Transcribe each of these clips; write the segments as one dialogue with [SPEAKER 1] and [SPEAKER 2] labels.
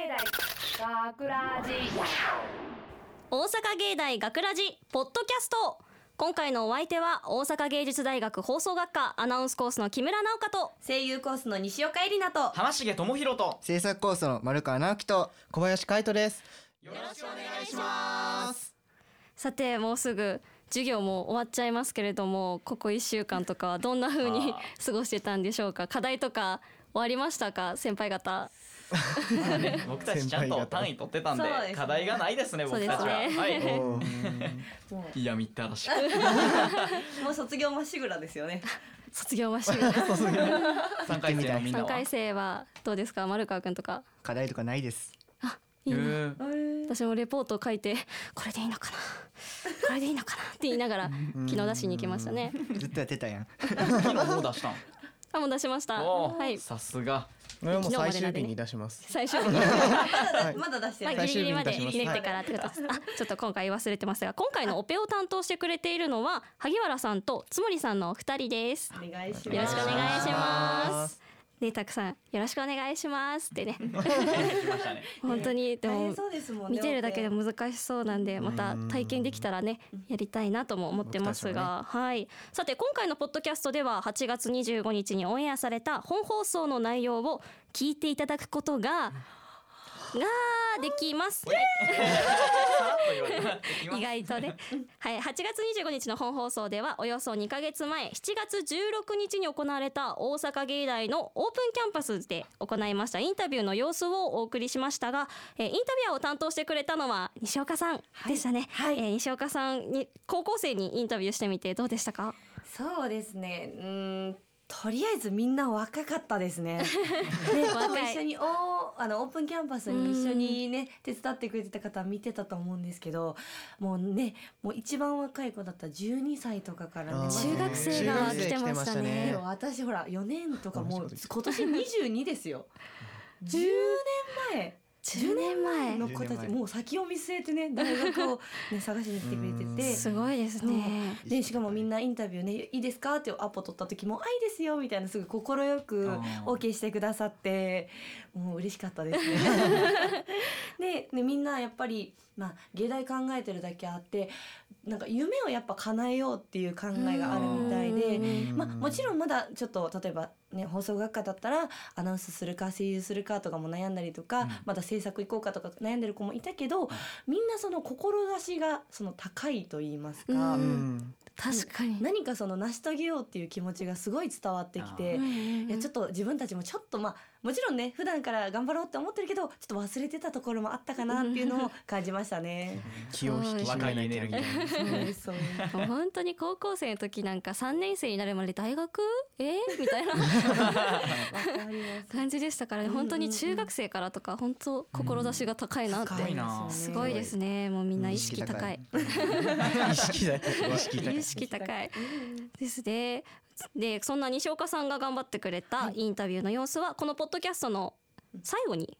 [SPEAKER 1] 大学ラジ
[SPEAKER 2] 大阪芸大学ラジポッドキャスト今回のお相手は大阪芸術大学放送学科アナウンスコースの木村直香と
[SPEAKER 3] 声優コースの西岡えりなと
[SPEAKER 4] 浜重智博と
[SPEAKER 5] 制作コースの丸川直樹と
[SPEAKER 6] 小林海斗です
[SPEAKER 4] よろしくお願いします
[SPEAKER 2] さてもうすぐ授業も終わっちゃいますけれどもここ1週間とかはどんな風に過ごしてたんでしょうか課題とか終わりましたか先輩方
[SPEAKER 4] 僕たちちゃんと単位取ってたんで
[SPEAKER 3] 先輩方
[SPEAKER 4] 課題がないですね僕たちは、
[SPEAKER 2] そうですね
[SPEAKER 4] はい
[SPEAKER 3] も
[SPEAKER 4] 嫌みったらしく
[SPEAKER 3] うもう卒業まっしぐらです よね
[SPEAKER 2] 卒業まし3
[SPEAKER 4] 三回生のみんなは
[SPEAKER 2] 回生はどうですか丸川くんとか
[SPEAKER 5] 課題とかないです
[SPEAKER 2] いいな
[SPEAKER 4] へ
[SPEAKER 3] えー
[SPEAKER 2] 私もレポートを書いてこれでいいのかなこれでいいのかなって言いながら昨日出しに行きましたね
[SPEAKER 5] ずっとやってたやん
[SPEAKER 4] ー昨日もう出したん
[SPEAKER 2] あもう出しました
[SPEAKER 4] おー
[SPEAKER 2] はい
[SPEAKER 4] さすが
[SPEAKER 6] 俺も
[SPEAKER 2] 昨日ま
[SPEAKER 6] 最
[SPEAKER 2] でな
[SPEAKER 6] 終
[SPEAKER 2] んで
[SPEAKER 6] 日
[SPEAKER 2] ね
[SPEAKER 6] に出します
[SPEAKER 2] 最初に
[SPEAKER 6] はい
[SPEAKER 3] まだ出して
[SPEAKER 2] ま
[SPEAKER 3] な
[SPEAKER 2] あ、
[SPEAKER 3] い、
[SPEAKER 2] ギリギリまで
[SPEAKER 6] 最
[SPEAKER 2] ひ
[SPEAKER 6] 終日に出します
[SPEAKER 2] ねってからってことです。あ、ちょっと今回忘れてますが、今回のオペを担当してくれているのは萩原さんとつもりさんのお二人です。
[SPEAKER 3] お願いします
[SPEAKER 2] よろしくお願いしま。
[SPEAKER 6] ます
[SPEAKER 2] ね、たくさん、よろしくお願いしますってね、
[SPEAKER 4] 来ましたね
[SPEAKER 2] 本当に、で
[SPEAKER 3] 大
[SPEAKER 2] も
[SPEAKER 3] 変。そうですもんね
[SPEAKER 2] 見てるだけで
[SPEAKER 3] も
[SPEAKER 2] 難しそうなんでまた体験できたらねやりたいなとも思ってますが、はい、さて今回のポッドキャストでは8月25日にオンエアされた本放送の内容を聞いていただくことがができます。
[SPEAKER 4] さらっと言われていきます
[SPEAKER 2] 意外と ね。はい、8月25日の本放送ではおよそ2ヶ月前、7月16日に行われた大阪芸大のオープンキャンパスで行いましたインタビューの様子をお送りしましたが、えーインタビュアーを担当してくれたのは西岡さんでしたね。
[SPEAKER 3] はい
[SPEAKER 2] えー西岡さんに高校生にインタビューしてみてどうでしたか？
[SPEAKER 3] そうですねうーんとりあえずみんな若かったで すね。ね、多分一緒におあのオープンキャンパスに一緒にね手伝ってくれてた方は見てたと思うんですけど、もうねもう一番若い子だったら12歳とかからね
[SPEAKER 6] あ
[SPEAKER 3] まず
[SPEAKER 6] ー
[SPEAKER 2] 中学生が来てました
[SPEAKER 3] で
[SPEAKER 2] ね
[SPEAKER 3] も。私ほら4年とかもう
[SPEAKER 6] 同じこと
[SPEAKER 3] 今年22ですよ10年
[SPEAKER 2] 10年
[SPEAKER 3] 前
[SPEAKER 2] 前。
[SPEAKER 3] の子た
[SPEAKER 6] 10年
[SPEAKER 3] ち
[SPEAKER 6] 前
[SPEAKER 3] もう先を見据えてね大学を、 ね、探しに来てくれてて
[SPEAKER 2] すごいですね。
[SPEAKER 3] でしかもみんなインタビューね「いいですか?」ってアポ取った時も「あいいですよ」みたいなすぐ快く
[SPEAKER 4] あー
[SPEAKER 3] OK してくださってもう嬉しかったですね。でねみんなやっぱり、まあ、芸大考えてるだけあってなんか夢をやっぱ叶えようっていう考えがあるみたいで。
[SPEAKER 2] うん
[SPEAKER 3] まあ、もちろんまだちょっと例えば、ね、放送学科だったらアナウンスするか声優するかとかも悩んだりとか、
[SPEAKER 4] うん
[SPEAKER 3] まだ制作行こうかとか悩んでる子もいたけどみんなその志がその高いと言いますか、
[SPEAKER 2] う
[SPEAKER 6] うんん
[SPEAKER 2] 確かに。
[SPEAKER 3] 何かその成し遂げようっていう気持ちがすごい伝わってきて
[SPEAKER 2] うん。うんうん
[SPEAKER 3] いやちょっと自分たちもちょっとまあもちろんね普段から頑張ろうって思ってるけどちょっと忘れてたところもあったかなっていうのを感じましたね。
[SPEAKER 6] 気を引き締めなきゃいけな
[SPEAKER 4] 若
[SPEAKER 6] い
[SPEAKER 4] い
[SPEAKER 3] そうですそうです
[SPEAKER 2] もう本当に高校生の時なんか3年生になるまで大学えみたい な
[SPEAKER 3] わかります
[SPEAKER 2] 感じでしたからね本当に中学生からとか本当志が高いなって
[SPEAKER 4] 高いな
[SPEAKER 2] すごいですねもうみんな意識高い
[SPEAKER 6] 意識だよ意識だよ
[SPEAKER 2] 意識高いですねでそんな西岡さんが頑張ってくれたインタビューの様子はこのポッドキャストの最後に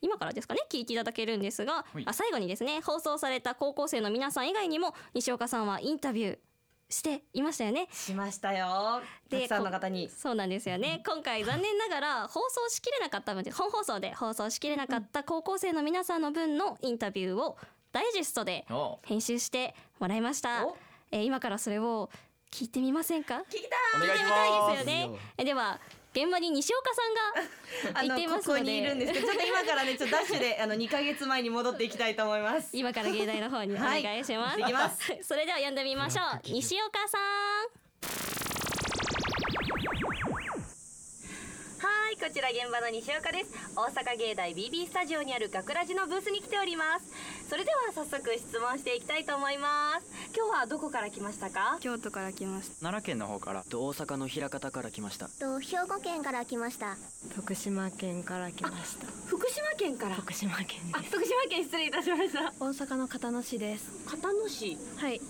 [SPEAKER 2] 今からですかね聞いていただけるんですが
[SPEAKER 4] い
[SPEAKER 2] あ最後にですね放送された高校生の皆さん以外にも西岡さんはインタビューしていましたよね
[SPEAKER 3] しましたよ。
[SPEAKER 2] で
[SPEAKER 3] たくさんの方に。
[SPEAKER 2] そうなんですよ ね今回残念ながら放送しきれなかった分本放送で放送しきれなかった高校生の皆さんの分のインタビューをダイジェストで
[SPEAKER 4] お
[SPEAKER 2] 編集してもらいました
[SPEAKER 3] お、
[SPEAKER 2] えー今からそれを聞いてみませんか
[SPEAKER 3] 聞き
[SPEAKER 4] お願い
[SPEAKER 2] 聞
[SPEAKER 4] し
[SPEAKER 2] いて
[SPEAKER 4] ま
[SPEAKER 2] みた
[SPEAKER 4] す
[SPEAKER 2] いですよねえでは現場に西岡さ んが
[SPEAKER 3] たあ
[SPEAKER 2] 行っ
[SPEAKER 3] の
[SPEAKER 2] ていま
[SPEAKER 3] こ
[SPEAKER 2] すの
[SPEAKER 3] こ
[SPEAKER 2] で
[SPEAKER 3] にいるんですけど、ちょっと今からねちょっとダッシュであの2ヶ月前に戻っていきたいと思います。
[SPEAKER 2] 今から芸大の方にお願いします、
[SPEAKER 3] はい行ってきます
[SPEAKER 2] それでは読んでみましょう西岡さん
[SPEAKER 7] はい、こちら現場の西岡です。大阪芸大 BB スタジオにある学ラジのブースに来ております。それでは早速質問していきたいと思います。今日はどこから来ましたか？
[SPEAKER 8] 京都から来ました
[SPEAKER 9] 奈良県の方から大阪の枚方から来ました
[SPEAKER 10] と兵庫県から来ました
[SPEAKER 8] 徳島県から来ました
[SPEAKER 7] 福島県から。
[SPEAKER 8] 徳島県
[SPEAKER 7] あ、
[SPEAKER 8] です
[SPEAKER 7] 徳島県失礼いたしました。
[SPEAKER 8] 大阪の片野市です
[SPEAKER 7] 片野市。
[SPEAKER 8] はい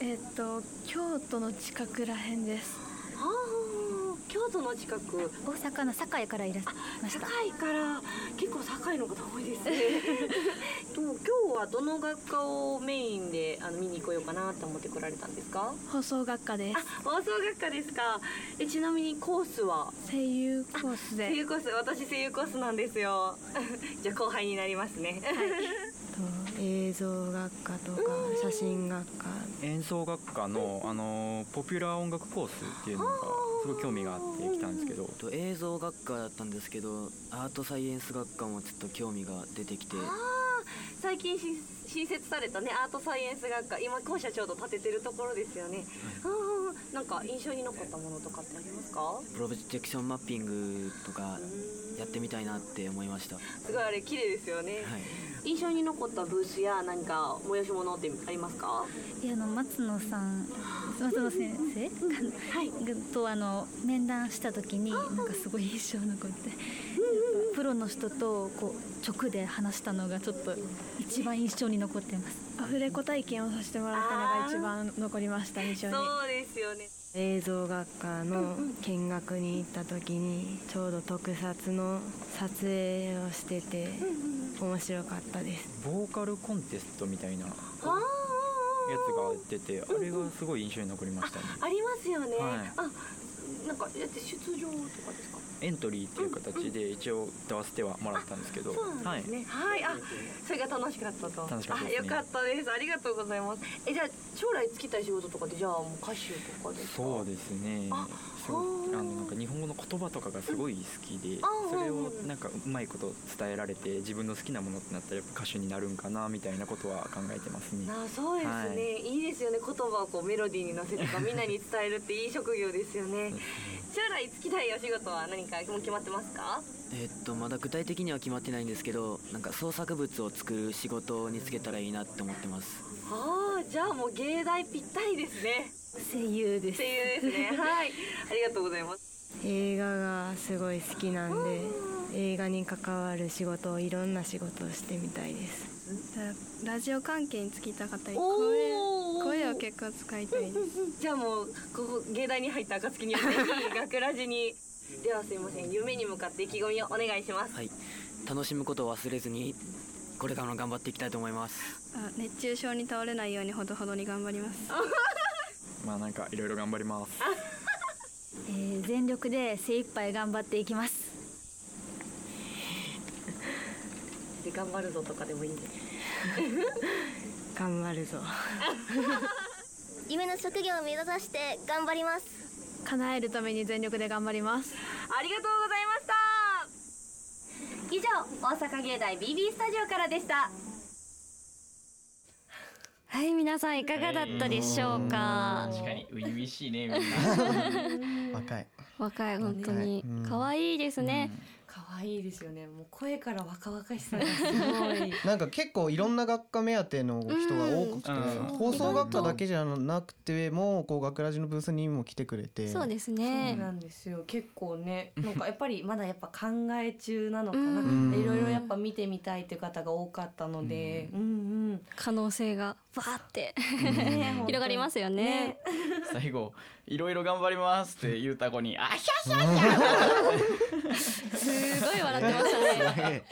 [SPEAKER 8] えっと京都の近くらへんです
[SPEAKER 7] はあ、京
[SPEAKER 3] 都の近く
[SPEAKER 11] 大阪の堺からいらっしゃいました
[SPEAKER 3] 堺から結構堺の方多いですねと今日はどの学科をメインであの見に来ようかなと思って来られたんですか
[SPEAKER 8] 放送学科です
[SPEAKER 3] 放送学科ですかえちなみにコースは
[SPEAKER 8] 声優コースで
[SPEAKER 3] 声優コース私声優コースなんですよ じゃあ後輩になりますね、
[SPEAKER 8] と映像学科とか写真学科
[SPEAKER 4] 演奏学科のあのポピュラー音楽コースっていうのがすごい興味があって来たんですけど
[SPEAKER 9] と映像学科だったんですけどアートサイエンス学科もちょっと興味が出てきて
[SPEAKER 3] 最近新新設されたねアートサイエンス学科今校舎ちょうど建ててるところですよね、うんうんなんか印象に残ったものとかってありますか
[SPEAKER 9] プロジェクションマッピングとかやってみたいなって思いましたは
[SPEAKER 3] すごいあれ綺麗ですよね、
[SPEAKER 9] い
[SPEAKER 3] 印象に残ったブースや何か催し物ってありますか
[SPEAKER 11] いやあの松野さん松野先生かなとあの面談した時になんかすごい印象残ってプロの人とこう直で話したのがちょっと一番印象に残ってます
[SPEAKER 8] アフレコ体験をさせてもらったのが一番残りました印象に
[SPEAKER 3] そうですよね
[SPEAKER 8] 映像学科の見学に行った時にちょうど特撮の撮影をしてて面白かったです
[SPEAKER 4] ボーカルコンテストみたいなや
[SPEAKER 3] あー
[SPEAKER 4] つが出てあれがすごい印象に残りましたね
[SPEAKER 3] ありますよね、
[SPEAKER 4] はい
[SPEAKER 3] あなんかだって出場とかですか
[SPEAKER 4] エントリーっていう形で一応出わせてはもらったんですけど
[SPEAKER 3] そうなんですねはい、あそれが楽しかったと
[SPEAKER 4] 楽しかったですね
[SPEAKER 3] あよかったですありがとうございますえじゃあ将来就きたい仕事とかでじゃあもう歌手とかですか
[SPEAKER 4] そうですねすごいあのなんか日本語の言葉とかがすごい好きで
[SPEAKER 3] あー
[SPEAKER 4] それをなんかうまいこと伝えられて自分の好きなものってなったらやっぱ歌手になるんかなみたいなことは考えてますね
[SPEAKER 3] あそうですね、、
[SPEAKER 4] はい
[SPEAKER 3] いですよね言葉をこうメロディーに乗せてかみんなに伝えるっていい職業ですよね将来就きたいお仕事は何かもう決まってますか
[SPEAKER 9] えっとまだ具体的には決まってないんですけどなんか創作物を作る仕事に就けたらいいなって思ってます
[SPEAKER 3] ああじゃあもう芸大ぴったりですね
[SPEAKER 8] 声優です
[SPEAKER 3] 声優ですねはいありがとうございます
[SPEAKER 8] 映画がすごい好きなんで映画に関わる仕事をいろんな仕事をしてみたいです
[SPEAKER 12] ラジオ関係につきた方に
[SPEAKER 3] おー
[SPEAKER 12] 声声を結構使いたいです
[SPEAKER 3] じゃあもうここ芸大に入った暁にはぜひ学ラジにではすいません夢に向かって意気込みをお願いします、
[SPEAKER 9] はい楽しむことを忘れずにこれからも頑張っていきたいと思います
[SPEAKER 12] あ熱中症に倒れないようにほどほどに頑張ります
[SPEAKER 4] まあなんかいろいろ頑張ります
[SPEAKER 11] えー全力で精一杯頑張っていきます
[SPEAKER 3] で頑張るぞとかでもいいんで
[SPEAKER 8] 頑張るぞ
[SPEAKER 13] 夢の職業を目指して頑張ります
[SPEAKER 12] 叶えるために全力で頑張ります
[SPEAKER 3] ありがとうございました以上大阪芸大 BB スタジオからでした
[SPEAKER 2] はい皆さんいかがだったでしょうか、
[SPEAKER 14] 確かに初々しいねみんな
[SPEAKER 15] 若い
[SPEAKER 2] 若い本当に可愛いですね、
[SPEAKER 16] 可愛いですよねもう声から若々しさがすごい
[SPEAKER 5] なんか結構いろんな学科目当ての人が多くて、
[SPEAKER 2] うん
[SPEAKER 5] 放送学科だけじゃなくてもこう学ラジのブースにも来てくれて
[SPEAKER 2] す
[SPEAKER 5] ね
[SPEAKER 16] そうなんですよ結構ねなんかやっぱりまだやっぱ考え中なのか
[SPEAKER 5] うん
[SPEAKER 16] なでいろいろやっぱ見てみたいという方が多かったのでうんうん
[SPEAKER 2] 可能性がバーって 広がりますよね
[SPEAKER 14] 最後いろいろ頑張りますって言った子にあひゃひゃ
[SPEAKER 2] すごい笑ってましたね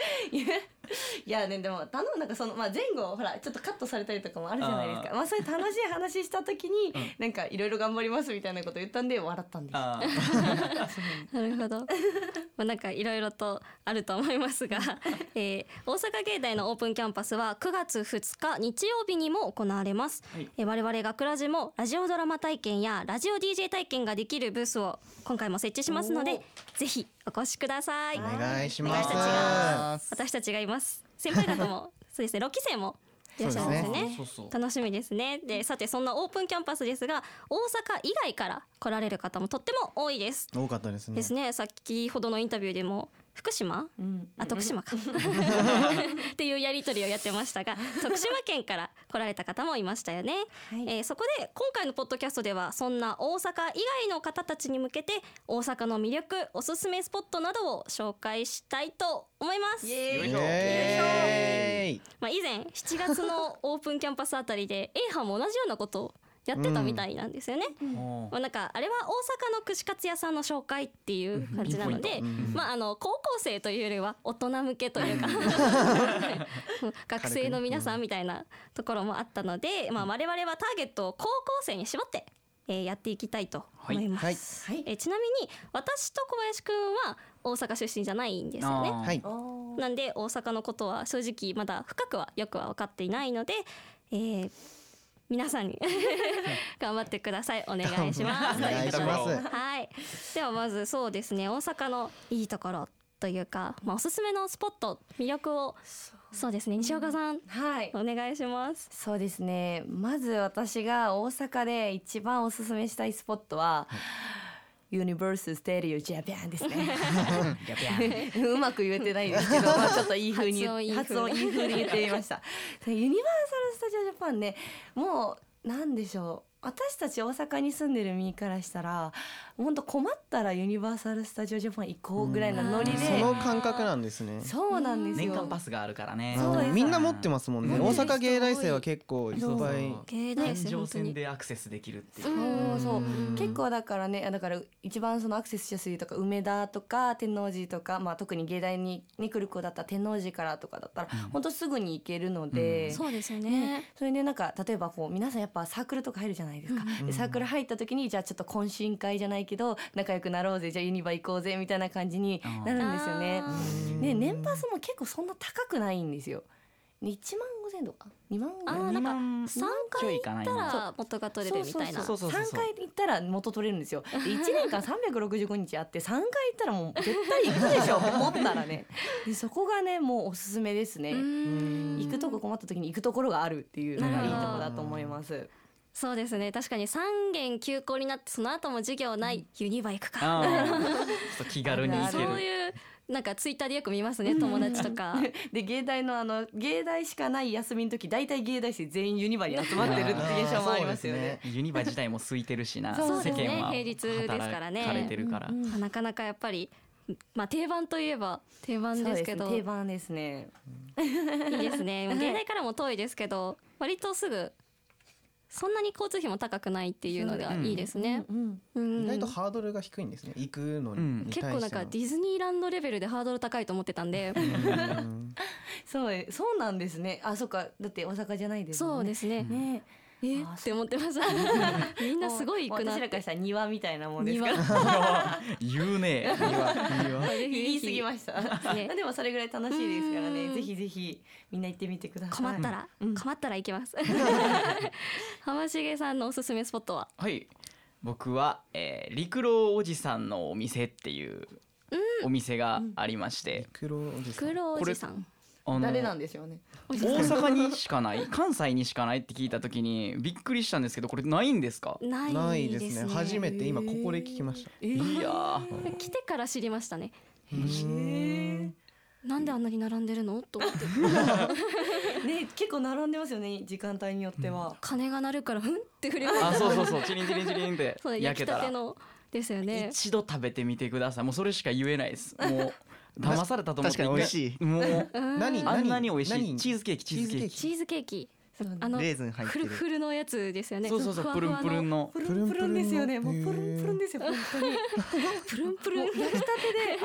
[SPEAKER 16] いやねでもたのなんかそのまあ前後ほらちょっとカットされたりとかもあるじゃないですか
[SPEAKER 14] あー
[SPEAKER 16] まあそういう楽しい話した時になんかいろいろ頑張りますみたいなこと言ったんで笑ったんです
[SPEAKER 14] あ
[SPEAKER 2] なるほど。まあなんかいろいろとあると思いますが、 えー大阪芸大のオープンキャンパスは9月2日日曜日にも行われます。
[SPEAKER 14] はい
[SPEAKER 2] えー我々学ラジもラジオドラマ体験やラジオ DJ 体験ができるブースを今回も設置しますので、ぜひお越しください。
[SPEAKER 5] お願いします
[SPEAKER 2] 私たちが私たちがいます。先輩方もそうですね、6期生も。いらっしゃるんですよ
[SPEAKER 17] そうで
[SPEAKER 2] ね
[SPEAKER 17] すねそうそう
[SPEAKER 2] 楽しみですねでさてそんなオープンキャンパスですが大阪以外から来られる方もとっても多いです
[SPEAKER 5] 多かったですね
[SPEAKER 2] ですね先ほどのインタビューでも福島、あ徳島 かっていうやり取りをやってましたが徳島県から来られた方もいましたよね、えーそこで今回のポッドキャストではそんな大阪以外の方たちに向けて大阪の魅力おすすめスポットなどを紹介したいと思います
[SPEAKER 5] イエーイ
[SPEAKER 2] まあ、以前7月のオープンキャンパスあたりで A 班も同じようなことをやってたみたいなんですよね。まあなんかあれは大阪の串カツ屋さんの紹介っていう感じなので、まああの高校生というよりは大人向けというか 学生の皆さんみたいなところもあったので、まあ我々はターゲットを高校生に絞ってえー、やっていきたいと思います。はい、えー、ちなみに私と小林くんは大阪出身じゃないんですよね。はい、なんで大阪のことは正直まだ深くはよくは分かっていないので、えー、皆さんに 頑張ってくださいお願いします。
[SPEAKER 6] お願いします。
[SPEAKER 2] はい。ではまずそうですね大阪のいいところというか、まあ、おすすめのスポット魅力をそうですね西岡さん、うん、はい、お願いします
[SPEAKER 3] そうですねまず私が大阪で一番おすすめしたいスポットは、ユニバース・ステレオ・ジャパンです ね。 うまく言えてないんです けど、まあ、ちょっといい風に発音いい風に言ってみました。ユニバーサル・スタジオ・ジャパンね、もうなんでしょう。私たち大阪に住んでる身からしたら本当困ったらユニバーサル・スタジオ・ジャパン行こうぐらいのノリで、
[SPEAKER 6] その感覚なんですね
[SPEAKER 3] そうなんです
[SPEAKER 4] 年間パスがあるからね
[SPEAKER 6] みんな持ってますもんね大阪芸大生は結構いっぱい
[SPEAKER 2] 芸大生
[SPEAKER 4] 環線でアクセスできるっていう
[SPEAKER 3] そう結構だからねだから一番そのアクセスしやすいとか梅田とか天王寺とか、まあ、特に芸大にに来る子だったら天王寺からとかだったら、本当すぐに行けるので、
[SPEAKER 2] そうですよね
[SPEAKER 3] それでなんか例えばこう皆さんやっぱサークルとか入るじゃないないですか、でサークル入った時にじゃあちょっと懇親会じゃないけど仲良くなろうぜじゃあユニバ行こうぜみたいな感じになるんですよね。で年パスも結構そんな高くないんですよ。1万5 0とか2万
[SPEAKER 2] あなんか3回行ったら元が取れるみたいな
[SPEAKER 3] 3回行ったら元取れるんですよ で1年間365日あって3回行ったらもう絶対行 くでしょ思ったらねでそこがねもうおすすめですね行くとこ困った時に行くところがあるっていうのがいいとこだと思います。
[SPEAKER 2] そうですね確かに3限休校になってその後も授業ない、ユニバ行くか
[SPEAKER 4] 気軽に行
[SPEAKER 2] けるそういうなんかツイッターでよく見ますね友達と か
[SPEAKER 3] で芸大のあの芸大しかない休みの時大体芸大生全員ユニバに集まってるって現象もありますよね
[SPEAKER 4] ね、ユニバ自体も空いてるしな、
[SPEAKER 2] そうですね、平日ですからね
[SPEAKER 4] かれてるから、うん
[SPEAKER 2] うん、なかなかやっぱりまあ定番といえば定番ですけど、
[SPEAKER 3] ね、定番ですね
[SPEAKER 2] いいですね芸大からも遠いですけど割とすぐそんなに交通費も高くないっていうのがいいですね。
[SPEAKER 6] 意外とハードルが低いんですね。行くのに
[SPEAKER 2] 結構なんかディズニーランドレベルでハードル高いと思ってたんで。
[SPEAKER 3] そうそうなんですね。あそっかだって大阪じゃないです
[SPEAKER 2] そうですね。ね。えって思ってます。 みんなすごい行くな。
[SPEAKER 3] 私らからしたら庭みたいなもんです
[SPEAKER 4] 言うね。庭
[SPEAKER 3] 言い過ぎました。 でもそれぐらい楽しいですからね。ぜひぜひみんな行ってみてください。
[SPEAKER 2] 困ったら、困ったら行き ます。浜重さんのおすすめスポットは。
[SPEAKER 4] はい。僕は、えー、陸郎おじさんのお店っていうお店がありまして。
[SPEAKER 6] 陸郎おじさん。
[SPEAKER 2] 陸郎おじさん。
[SPEAKER 3] 誰なんでしょうね
[SPEAKER 4] 大阪にしかない関西にしかないって聞いた時にびっくりしたんですけどこれないんですか
[SPEAKER 2] ないですね
[SPEAKER 6] 初めて今ここで聞きました、
[SPEAKER 4] いや
[SPEAKER 2] 来てから知りましたねなんであんなに並んでるのと思って
[SPEAKER 3] ね結構並んでますよね時間帯によっては、
[SPEAKER 2] 鐘が鳴るからふんって振り
[SPEAKER 4] あそうそうそうチリンチリンチリ ンって焼けたら
[SPEAKER 2] ですよね
[SPEAKER 4] 一度食べてみてくださいもうそれしか言えないですもう騙されたと思って
[SPEAKER 5] 確かに美味しい
[SPEAKER 4] もう何あんなに美味しいチーズケーキチーズケーキ
[SPEAKER 2] チーズケーキあの
[SPEAKER 5] レーズン入ってる
[SPEAKER 2] フルのやつですよね
[SPEAKER 4] そうそうそうプルンプルンの
[SPEAKER 3] プルンプルンですよねもうプルンプルンですよ本当に
[SPEAKER 2] プルンプルン
[SPEAKER 3] 焼きたてで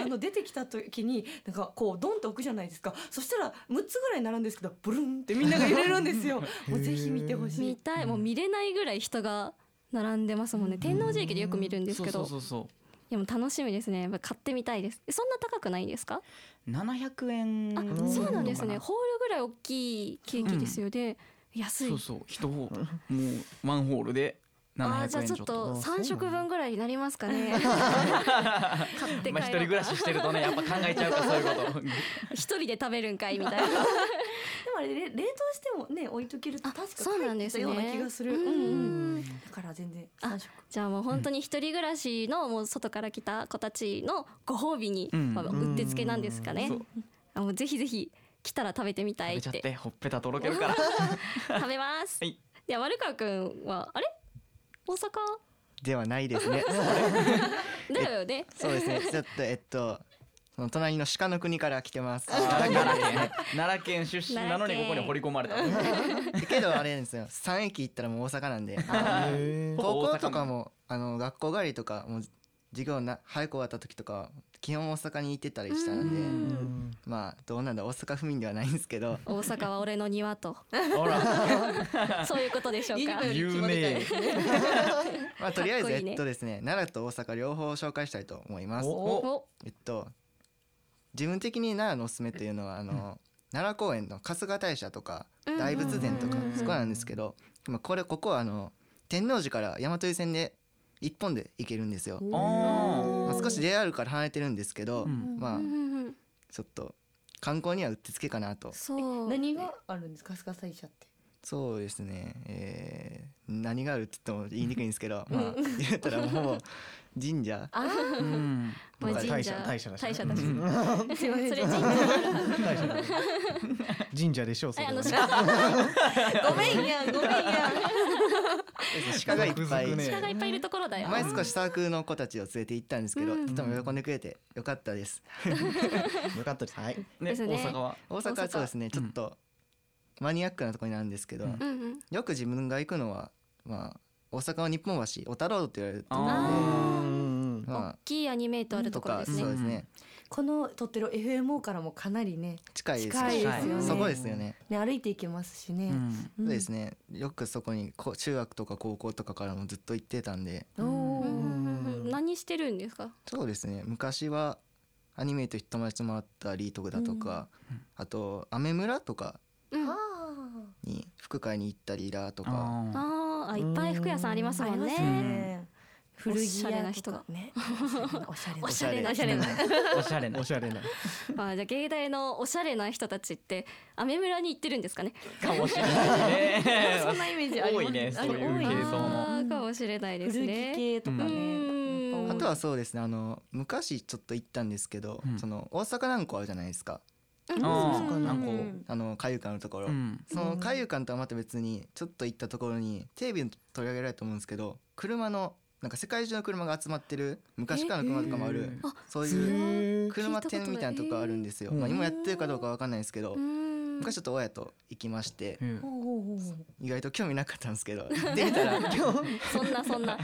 [SPEAKER 3] あの出てきた時になんかこうドンと置くじゃないですかそしたら6つぐらい並んですけどプルンってみんなが入れるんですよもうぜひ見てほしい
[SPEAKER 2] 見たいもう見れないぐらい人が並んでますもんね天王寺駅でよく見るんですけど
[SPEAKER 4] そうそうそう
[SPEAKER 2] でも楽しみですね。買ってみたいです。そんな高くないですか？
[SPEAKER 4] 七百円。
[SPEAKER 2] あ、そうなんですね。ホールぐらい大きいケーキですよね。うん、安い。
[SPEAKER 4] そうそう。一ホール、もうワンホールで。あ
[SPEAKER 2] じゃあちょっと三食分ぐらいになりますかね。
[SPEAKER 4] 買って帰ろう。まあ一人暮らししてるとね、やっぱ考えちゃうかそういう こと。
[SPEAKER 2] 一人で食べるんかいみたいな。
[SPEAKER 3] でもあれ冷凍してもね置いとけると確か
[SPEAKER 2] 入った
[SPEAKER 3] ような気がする。すね、うんうん、だから全然
[SPEAKER 2] あじゃあもう本当に一人暮らしのもう外から来た子たちのご褒美に、まあ、うってつけなんですかね。あもうぜひぜひ来たら食べてみたいって。
[SPEAKER 4] 食べちゃってほっぺたとろけるから。
[SPEAKER 2] 食べます。はい。では丸川くんはあれ大阪
[SPEAKER 5] ではないですね。
[SPEAKER 2] だよね。
[SPEAKER 5] そうですね。ちょっとえっとその隣の鹿の国から来てます。
[SPEAKER 4] 奈良県奈良県出身なのにここに掘り込ま れた。
[SPEAKER 5] けどあれなんですよ。三駅行ったらもう大阪なんで。高校とかもあの学校帰りとかもう授業な早く終わった時とかは基本大阪に行ってたりしたので、まあどうなんだ大阪府民ではないんです けど。
[SPEAKER 2] 大阪は俺の庭と。 そういうことでしょうか。
[SPEAKER 5] 言
[SPEAKER 2] 決
[SPEAKER 5] うね
[SPEAKER 2] まりたいですね
[SPEAKER 5] まあとりあえ
[SPEAKER 2] か
[SPEAKER 5] ず
[SPEAKER 2] っこいいね
[SPEAKER 5] えっとですね奈良と大阪両方紹介したいと思います。
[SPEAKER 2] お
[SPEAKER 5] えっと自分的に奈良のおすすめというのはあの奈良公園の春日大社とか
[SPEAKER 18] うん
[SPEAKER 5] 大仏殿とか
[SPEAKER 18] うん
[SPEAKER 5] そこなんですけど、まあこれここはあの天王寺から大和湯線で一本で行けるんですよ。まあ少し JR から離れてるんですけど、まあちょっと観光にはうってつけかなと。
[SPEAKER 3] そう何があるんですかスカサイ社って
[SPEAKER 5] そうですね、えー何があるって言っても言いにくいんですけど、
[SPEAKER 3] うん
[SPEAKER 5] まあ、言ったらもう神社
[SPEAKER 2] あー
[SPEAKER 5] うん
[SPEAKER 2] まあ
[SPEAKER 5] とか
[SPEAKER 2] 神社大社大社だしね
[SPEAKER 5] うん
[SPEAKER 2] うんそれ神社もある
[SPEAKER 6] 神社でしょう。そ
[SPEAKER 2] え
[SPEAKER 6] れ
[SPEAKER 2] あ
[SPEAKER 6] は
[SPEAKER 2] の鹿
[SPEAKER 3] ごめんやごめんや
[SPEAKER 5] 鹿がいっぱい
[SPEAKER 2] 鹿がいっぱいいるところだよ。
[SPEAKER 5] 前少しサークルの子たちを連れて行ったんですけど、とても喜んでくれてよかったです。よかったです。はい。
[SPEAKER 2] ですね大阪は
[SPEAKER 5] 大阪はそうですね。ちょっとマニアックなところになるんですけど、
[SPEAKER 2] うんうん
[SPEAKER 5] よく自分が行くのはまあ大阪は日本橋、小田ロードって言われるところで
[SPEAKER 2] あ
[SPEAKER 5] まあ
[SPEAKER 2] 大きいアニメートあるところですね。
[SPEAKER 5] とかそうですね
[SPEAKER 3] この撮ってる FMO からもかなりね
[SPEAKER 5] 近いです
[SPEAKER 3] 近いですよね
[SPEAKER 5] そこですよね。
[SPEAKER 3] ね歩いていけますしね、
[SPEAKER 5] そうですね。よくそこにこ中学とか高校とかからもずっと行ってたんで。
[SPEAKER 2] うん何してるんですか。
[SPEAKER 5] そうですね昔はアニメと友達と回ったりとかだとか、あとアメ村とか
[SPEAKER 2] うん。あ
[SPEAKER 5] に服買いに行ったりだと
[SPEAKER 2] ー
[SPEAKER 5] か
[SPEAKER 2] あいっぱい服屋さんありますもんね。
[SPEAKER 3] 古着屋とかね
[SPEAKER 2] おしゃれな人がね。おしゃれな。おしゃれな。
[SPEAKER 3] お
[SPEAKER 2] お
[SPEAKER 3] し
[SPEAKER 2] しゃれな。
[SPEAKER 4] お
[SPEAKER 3] ゃれな
[SPEAKER 4] しゃれな
[SPEAKER 6] おしゃれな
[SPEAKER 2] まあじゃあ芸大のおしゃれな人たちってアメ村に行ってるんですかね。
[SPEAKER 4] かもしれないね
[SPEAKER 2] そんなイメージあります
[SPEAKER 4] 多いねそういう系統も
[SPEAKER 2] あーかもしれないですね。
[SPEAKER 3] 古着系とかね
[SPEAKER 2] うん。
[SPEAKER 5] あとはそうですねあの昔ちょっと行ったんですけど、その大阪南港あるじゃないですか。
[SPEAKER 2] うん大阪南港
[SPEAKER 5] あの海遊館のところ、
[SPEAKER 4] うん
[SPEAKER 5] その海遊館とはまた別にちょっと行ったところにテレビに取り上げられると思うんですけど車のなんか世界中の車が集まってる昔からの車とかもある、
[SPEAKER 4] えー
[SPEAKER 5] そう
[SPEAKER 4] へ
[SPEAKER 5] い
[SPEAKER 4] ー
[SPEAKER 5] う車展みたいなとこあるんですよ、
[SPEAKER 4] 聞いたことない
[SPEAKER 5] まあ、
[SPEAKER 4] へー
[SPEAKER 5] 今やってるかどうかわかんないですけど昔ちょっと親と行きまして、意外と興味なかったんですけど行ってみたら
[SPEAKER 2] そんなそんな。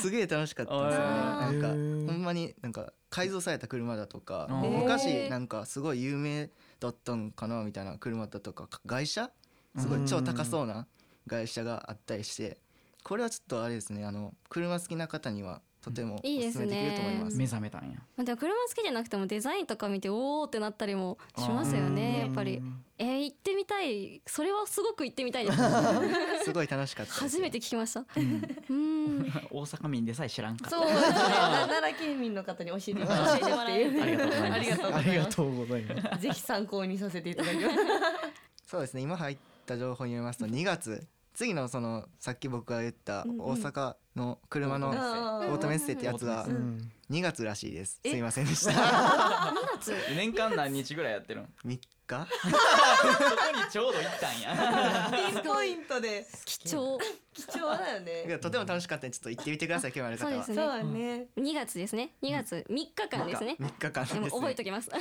[SPEAKER 5] すげえ楽しかったですよね
[SPEAKER 2] あ
[SPEAKER 5] なんかほんまになんか改造された車だとか
[SPEAKER 2] あー
[SPEAKER 5] 昔なんかすごい有名だったんかなみたいな車だとか外車すごい超高そうな外車があったりしてこれはちょっとあれですねあの車好きな方にはとてもお
[SPEAKER 2] いいですす
[SPEAKER 5] す
[SPEAKER 2] ね
[SPEAKER 5] めできると思 いま す
[SPEAKER 4] 目覚めたんや
[SPEAKER 2] まあ、でも車好きじゃなくてもデザインとか見ておおってなったりもしますよねやっぱりえー、行ってみたいそれはすごく行ってみたいです
[SPEAKER 5] すごい楽しかったです
[SPEAKER 2] 初めて聞きました
[SPEAKER 4] 大阪民でさえ知らんかった
[SPEAKER 3] そうですね奈良県民の方に教えてもらって
[SPEAKER 4] ありがとうございます
[SPEAKER 3] ありが
[SPEAKER 6] とうございます
[SPEAKER 3] ぜひ参考にさせていただきます
[SPEAKER 5] そうですね今入った情報によりますと2月 次のそのさっき僕が言った大阪の車のオ
[SPEAKER 3] うんうん
[SPEAKER 5] ートメッセってやつは
[SPEAKER 4] うん
[SPEAKER 5] 2月らしいですすいませんでし
[SPEAKER 4] え
[SPEAKER 5] た
[SPEAKER 4] 年間何日ぐらいやってる の
[SPEAKER 5] 3日
[SPEAKER 4] そこにちょうど行ったんや
[SPEAKER 3] ピンポイントで
[SPEAKER 2] 貴重
[SPEAKER 3] 貴重だよ
[SPEAKER 5] いや
[SPEAKER 3] ね
[SPEAKER 5] とても楽しかったんでちょっと行ってみてください興味ある
[SPEAKER 2] そ
[SPEAKER 5] 方
[SPEAKER 2] うで
[SPEAKER 5] は
[SPEAKER 2] すね2月ですね2月3日間ですね
[SPEAKER 5] 3日間です
[SPEAKER 2] で
[SPEAKER 5] ね
[SPEAKER 2] も覚えときます ぜ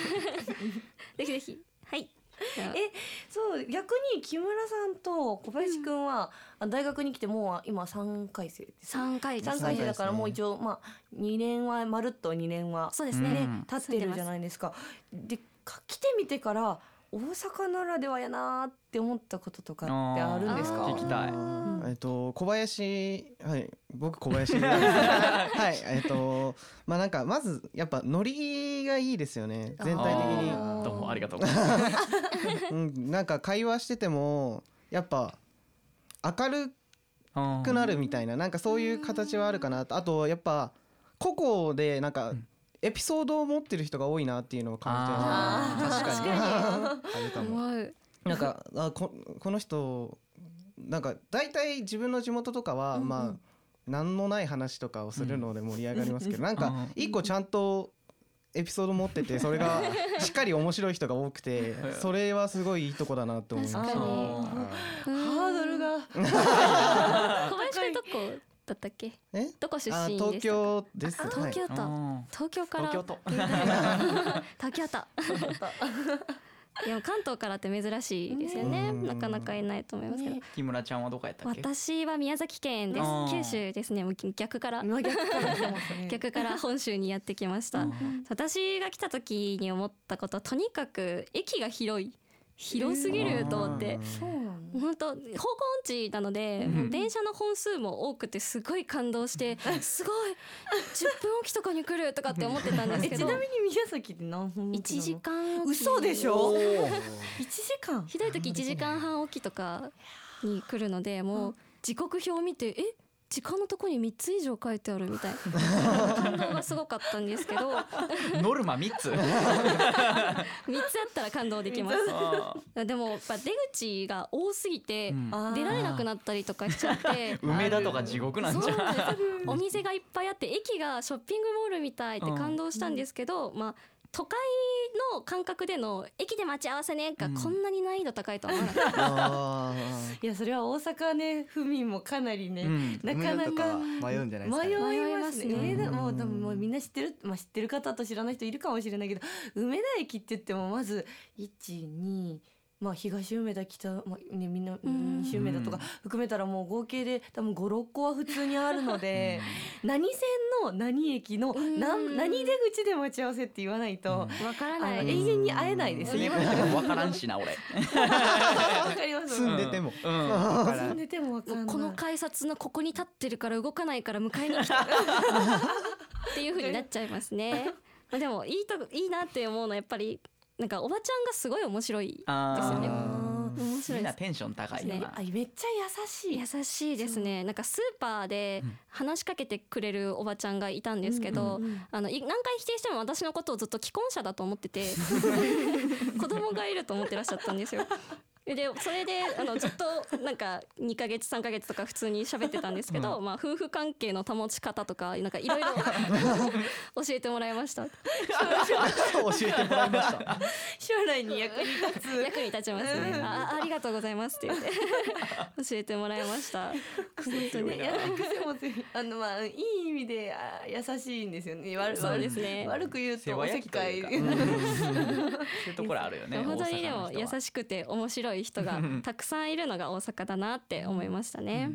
[SPEAKER 2] ひぜひはい
[SPEAKER 3] えそう逆に木村さんと小林くんは、あ大学に来てもう今3回生
[SPEAKER 2] 3回
[SPEAKER 3] 三回生だからもう一
[SPEAKER 2] 応
[SPEAKER 3] 応まあ2年はまるっと2年は
[SPEAKER 2] そうですねうん
[SPEAKER 3] 経ってるじゃないですか。でか来てみてから大阪ならではやなーって思ったこととかってあるんですか
[SPEAKER 4] 聞きたい
[SPEAKER 6] えっと小林はい僕小 林はいえっとまあなんかまずやっぱノリがいいですよね全体的に
[SPEAKER 4] あーどうもありがとう
[SPEAKER 6] うんなんか会話しててもやっぱ明るくなるみたいななんかそういう形はあるかなとあとやっぱ個々でなんかエピソードを持ってる人が多いなっていうのを感じてま
[SPEAKER 3] あ
[SPEAKER 6] す
[SPEAKER 3] ー
[SPEAKER 6] 確かにあ
[SPEAKER 3] 確かに
[SPEAKER 6] るかも
[SPEAKER 2] はい
[SPEAKER 6] なんかあここの人なんか大体自分の地元とかは、まあ何もない話とかをするので盛り上がりますけど、
[SPEAKER 4] うん
[SPEAKER 6] なん
[SPEAKER 4] う
[SPEAKER 6] か
[SPEAKER 4] ん
[SPEAKER 6] 一個ちゃんとエピソード持っててそれがしっかり面白い人が多くてそれはすごいいいとこだな と思いま
[SPEAKER 3] 確
[SPEAKER 6] した。
[SPEAKER 3] かに
[SPEAKER 6] はい
[SPEAKER 3] ハードルが
[SPEAKER 2] 小林くんとこだったっけ
[SPEAKER 6] え
[SPEAKER 2] どこ出
[SPEAKER 6] あ
[SPEAKER 2] 身です
[SPEAKER 6] 東
[SPEAKER 2] か
[SPEAKER 6] 京です
[SPEAKER 2] あ東京都、 東京から
[SPEAKER 6] 東京都
[SPEAKER 2] 東京都でも関東からって珍しいですよね
[SPEAKER 4] うん
[SPEAKER 2] なかなかいないと思いますけど、
[SPEAKER 4] 木村ちゃんはどこやったっけ
[SPEAKER 2] 私は宮崎県です
[SPEAKER 4] あー
[SPEAKER 2] 九州ですねもう逆から
[SPEAKER 4] 逆から来て
[SPEAKER 2] 逆から本州にやってきました私が来た時に思ったことはとにかく駅が広い広すぎると思って本当方向音痴なので、
[SPEAKER 18] うん
[SPEAKER 2] もう電車の本数も多くてすごい感動してすごい10分おきとかに来るとかって思ってたんですけど
[SPEAKER 3] えちなみに宮崎って何分
[SPEAKER 2] 1時間
[SPEAKER 3] 嘘でしょ
[SPEAKER 2] 一時間ひどい時1時間半起きとかに来るのでもう時刻表を見てえ時間のとこに3つ以上書いてあるみたいな感動がすごかったんですけ ど
[SPEAKER 4] ノルマ三つ
[SPEAKER 2] 三つあったら感動できま
[SPEAKER 4] 三つあ
[SPEAKER 2] す。でもやっぱ出口が多すぎて
[SPEAKER 4] うん
[SPEAKER 2] 出られなくなったりとかしちゃって。
[SPEAKER 4] 梅田とか地獄なんじゃん
[SPEAKER 2] お店がいっぱいあって駅がショッピングモールみたいって感動したんですけど、まあ都会の感覚での駅で待ち合わせねがこんなに難易度高いとは思わなかった。
[SPEAKER 3] いやそれは大阪ね府民もかなりね、
[SPEAKER 5] うん
[SPEAKER 3] なか
[SPEAKER 5] 梅田
[SPEAKER 3] なか
[SPEAKER 5] とか迷うんじゃないですか
[SPEAKER 3] 迷いますね
[SPEAKER 5] 迷いますね
[SPEAKER 3] 梅田もう多分もうみんな知ってる、まあ、知ってる方と知らない人いるかもしれないけど梅田駅って言ってもまず12まあ東梅田北、まあね、みんな西梅田とか含めたらもう合計で多分56個は普通にあるので何線の何駅の何何出口で待ち合わせって言わないと
[SPEAKER 2] わから
[SPEAKER 3] ない永遠に会えないですね。
[SPEAKER 4] 分からん しな俺
[SPEAKER 3] わかります
[SPEAKER 4] 住んでても
[SPEAKER 6] うんわからん
[SPEAKER 3] 住んでてもわかんない
[SPEAKER 2] この改札のここに立ってるから動かないから迎えに来てっていう風になっちゃいますね。まあでもいいとこいいなって思うのはやっぱりなんかおばちゃんがすごい面白いですよね。面白い
[SPEAKER 4] みん
[SPEAKER 2] で
[SPEAKER 4] な
[SPEAKER 2] す。
[SPEAKER 4] テンション高いよな
[SPEAKER 3] めっちゃ優
[SPEAKER 2] しい優しいですねなんかスーパーで話しかけてくれるおばちゃんがいたんですけど、
[SPEAKER 18] うんうんうん
[SPEAKER 2] あのい何回否定しても私のことをずっと既婚者だと思って て子供がいると思ってらっしゃったんですよ。でそれであのずっとなんか2ヶ月3ヶ月とか普通に喋ってたんですけど、
[SPEAKER 18] うん
[SPEAKER 2] まあ、夫婦関係の保ち方とかなんかいろいろ 教えてもらいました。
[SPEAKER 6] 教えてもらいました
[SPEAKER 3] 将来に役に立つ
[SPEAKER 2] 役に立ちますね、
[SPEAKER 3] うん
[SPEAKER 2] あありがとうございますって言って教えてもらいました本当に
[SPEAKER 3] いや癖も強いあのまあいい意味であ優しいんですよね。悪
[SPEAKER 2] そうですね
[SPEAKER 3] 悪く言う
[SPEAKER 4] 世
[SPEAKER 3] とお
[SPEAKER 4] 話
[SPEAKER 3] せっ
[SPEAKER 4] 焼きと
[SPEAKER 3] か
[SPEAKER 4] い
[SPEAKER 3] いう
[SPEAKER 4] か。うんそういうところあるよね
[SPEAKER 2] 本当にで
[SPEAKER 4] 大阪の
[SPEAKER 2] も
[SPEAKER 4] 人は
[SPEAKER 2] 優しくて面白い人がたくさんいるのが大阪だなって思いましたね。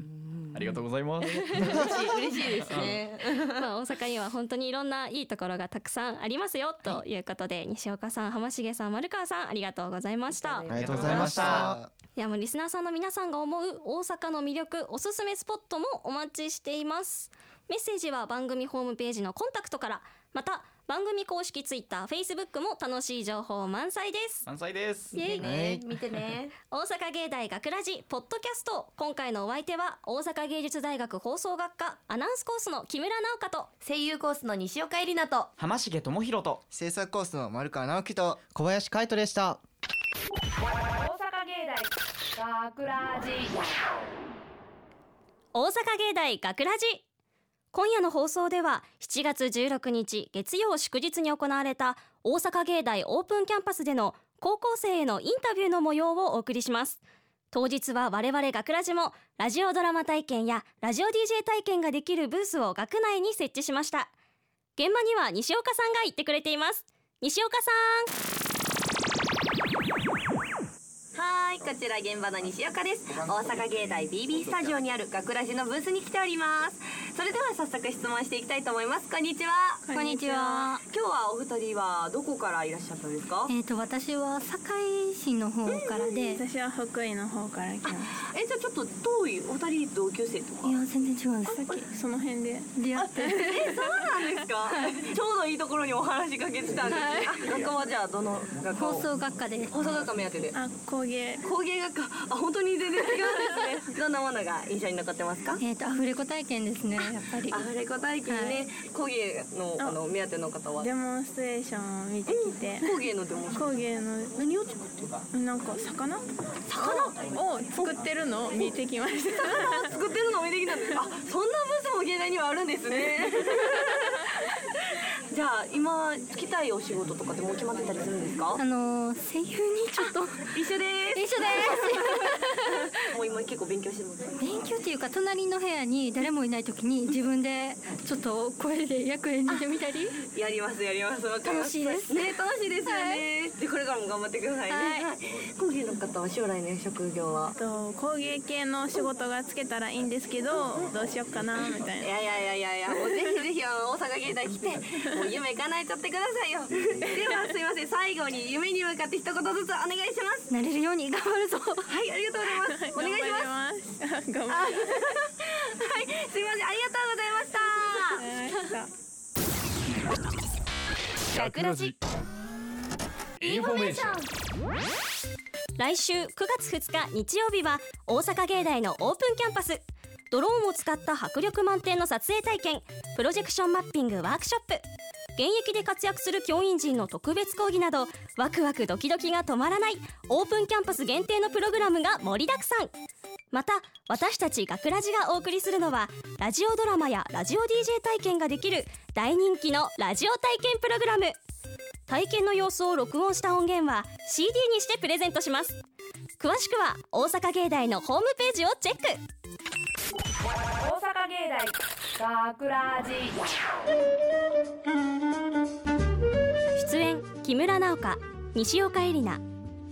[SPEAKER 4] ありがとうございます
[SPEAKER 3] 嬉しいですね。
[SPEAKER 2] まあ大阪には本当にいろんないいところがたくさんありますよということで、西岡さん浜重さん丸川さんありがとうございました。あ
[SPEAKER 6] りがとうございました
[SPEAKER 2] いやもうリスナーさんの皆さんが思う大阪の魅力おすすめスポットもお待ちしていますメッセージは番組ホームページのコンタクトからまた番組公式ツイッターフェイスブックも楽しい情報満載です
[SPEAKER 4] 満載です
[SPEAKER 2] イエイ
[SPEAKER 4] はい
[SPEAKER 3] てね
[SPEAKER 2] 大阪芸大学ラジポッドキャスト今回のお相手は大阪芸術大学放送学科アナウンスコースの木村直香と
[SPEAKER 3] 声優コースの西岡えりなと
[SPEAKER 4] 浜重智博と
[SPEAKER 5] 制作コースの丸川直樹と
[SPEAKER 6] 小林海斗でした
[SPEAKER 1] 大阪芸大学ラジ
[SPEAKER 2] 大阪芸大学ラジ今夜の放送では7月16日月曜祝日に行われた大阪芸大オープンキャンパスでの高校生へのインタビューの模様をお送りします当日は我々学ラジもラジオドラマ体験やラジオ DJ 体験ができるブースを学内に設置しました現場には西岡さんが行ってくれています西岡さん
[SPEAKER 7] はーいこちら現場の西岡です大阪芸大 BB スタジオにある学ラジのブースに来ておりますそれでは早速質問していきたいと思いますこんにちは
[SPEAKER 18] こんにちは
[SPEAKER 7] 今日はお二人はどこからいらっしゃったんですか
[SPEAKER 18] えっ、と私は堺市の方からで、私は福井の方から来まし
[SPEAKER 7] えじゃあちょっと遠いお二人同級生とか
[SPEAKER 18] たいや全然違うんですさっきその辺で出会って
[SPEAKER 7] えそうなんですか、ちょうどいいところにお話しかけてたんです、
[SPEAKER 18] はい
[SPEAKER 7] あ学校はじゃあどの学校
[SPEAKER 18] 放送学科で
[SPEAKER 7] 放送学科目当てで
[SPEAKER 18] あ工芸
[SPEAKER 7] 工芸学科あ本当に全然違うんですね どんなものが印象に残ってますか
[SPEAKER 18] えっ、とアフレコ体験ですねやっぱり
[SPEAKER 7] アフレコ体験ね、
[SPEAKER 18] はい
[SPEAKER 7] 工芸のあの目当ての方は
[SPEAKER 18] デモンストレーションを見てきて、
[SPEAKER 7] 工芸のデモンスト
[SPEAKER 18] 工芸の何を作ってるなんか魚魚を作ってるのを見てきました
[SPEAKER 7] 魚を作 ってるのを見てきたんですあそんなブースも芸大にはあるんですねじ
[SPEAKER 3] じゃあ今就きたいお仕事とかってもう決まってたりするんですか？
[SPEAKER 8] あのー声優にちょっと
[SPEAKER 3] 一緒です。。
[SPEAKER 8] 一緒です
[SPEAKER 3] もう今結構勉強してます。
[SPEAKER 8] 勉強っていうか隣の部屋に誰もいない時に自分でちょっと声で役演じてみたり
[SPEAKER 3] やりますやります。わかりま
[SPEAKER 8] 楽しいです
[SPEAKER 3] ね楽しいですよね。でこれからも頑張ってくださいね。
[SPEAKER 8] はい
[SPEAKER 3] はい。工芸の方は将来の職業は？
[SPEAKER 19] と工芸系の仕事がつけたらいいんですけどどうしようかなみたいな。
[SPEAKER 3] いやいやいやいやいやもうぜひぜひあの大阪芸大来てもう夢叶えちゃってくださいよ。ではすいません最後に夢に向かって一言ずつお願いします。
[SPEAKER 8] なれるように頑張るぞ
[SPEAKER 3] はいありがとうございます。 お願いします。
[SPEAKER 19] ます。頑張り
[SPEAKER 3] あ
[SPEAKER 19] ま
[SPEAKER 3] はい、すいません、ありがとうございま した。
[SPEAKER 19] す。はい
[SPEAKER 2] 学ラジ
[SPEAKER 20] インフォメーション
[SPEAKER 2] 来週9月2日日曜日は大阪芸大のオープンキャンパスドローンを使った迫力満点の撮影体験プロジェクションマッピングワークショップ現役で活躍する教員陣の特別講義などワクワクドキドキが止まらないオープンキャンパス限定のプログラムが盛りだくさんまた私たち学ラジがお送りするのはラジオドラマやラジオ DJ 体験ができる大人気のラジオ体験プログラム体験の様子を録音した音源は CD にしてプレゼントします詳しくは大阪芸大のホームページをチェック
[SPEAKER 1] 大阪芸大学ラジ
[SPEAKER 2] 出演木村直香西岡絵里奈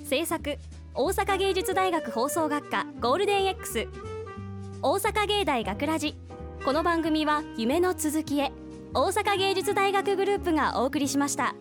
[SPEAKER 2] 制作大阪芸術大学放送学科ゴールデン X 大阪芸大学ラジこの番組は夢の続きへ大阪芸術大学グループがお送りしました。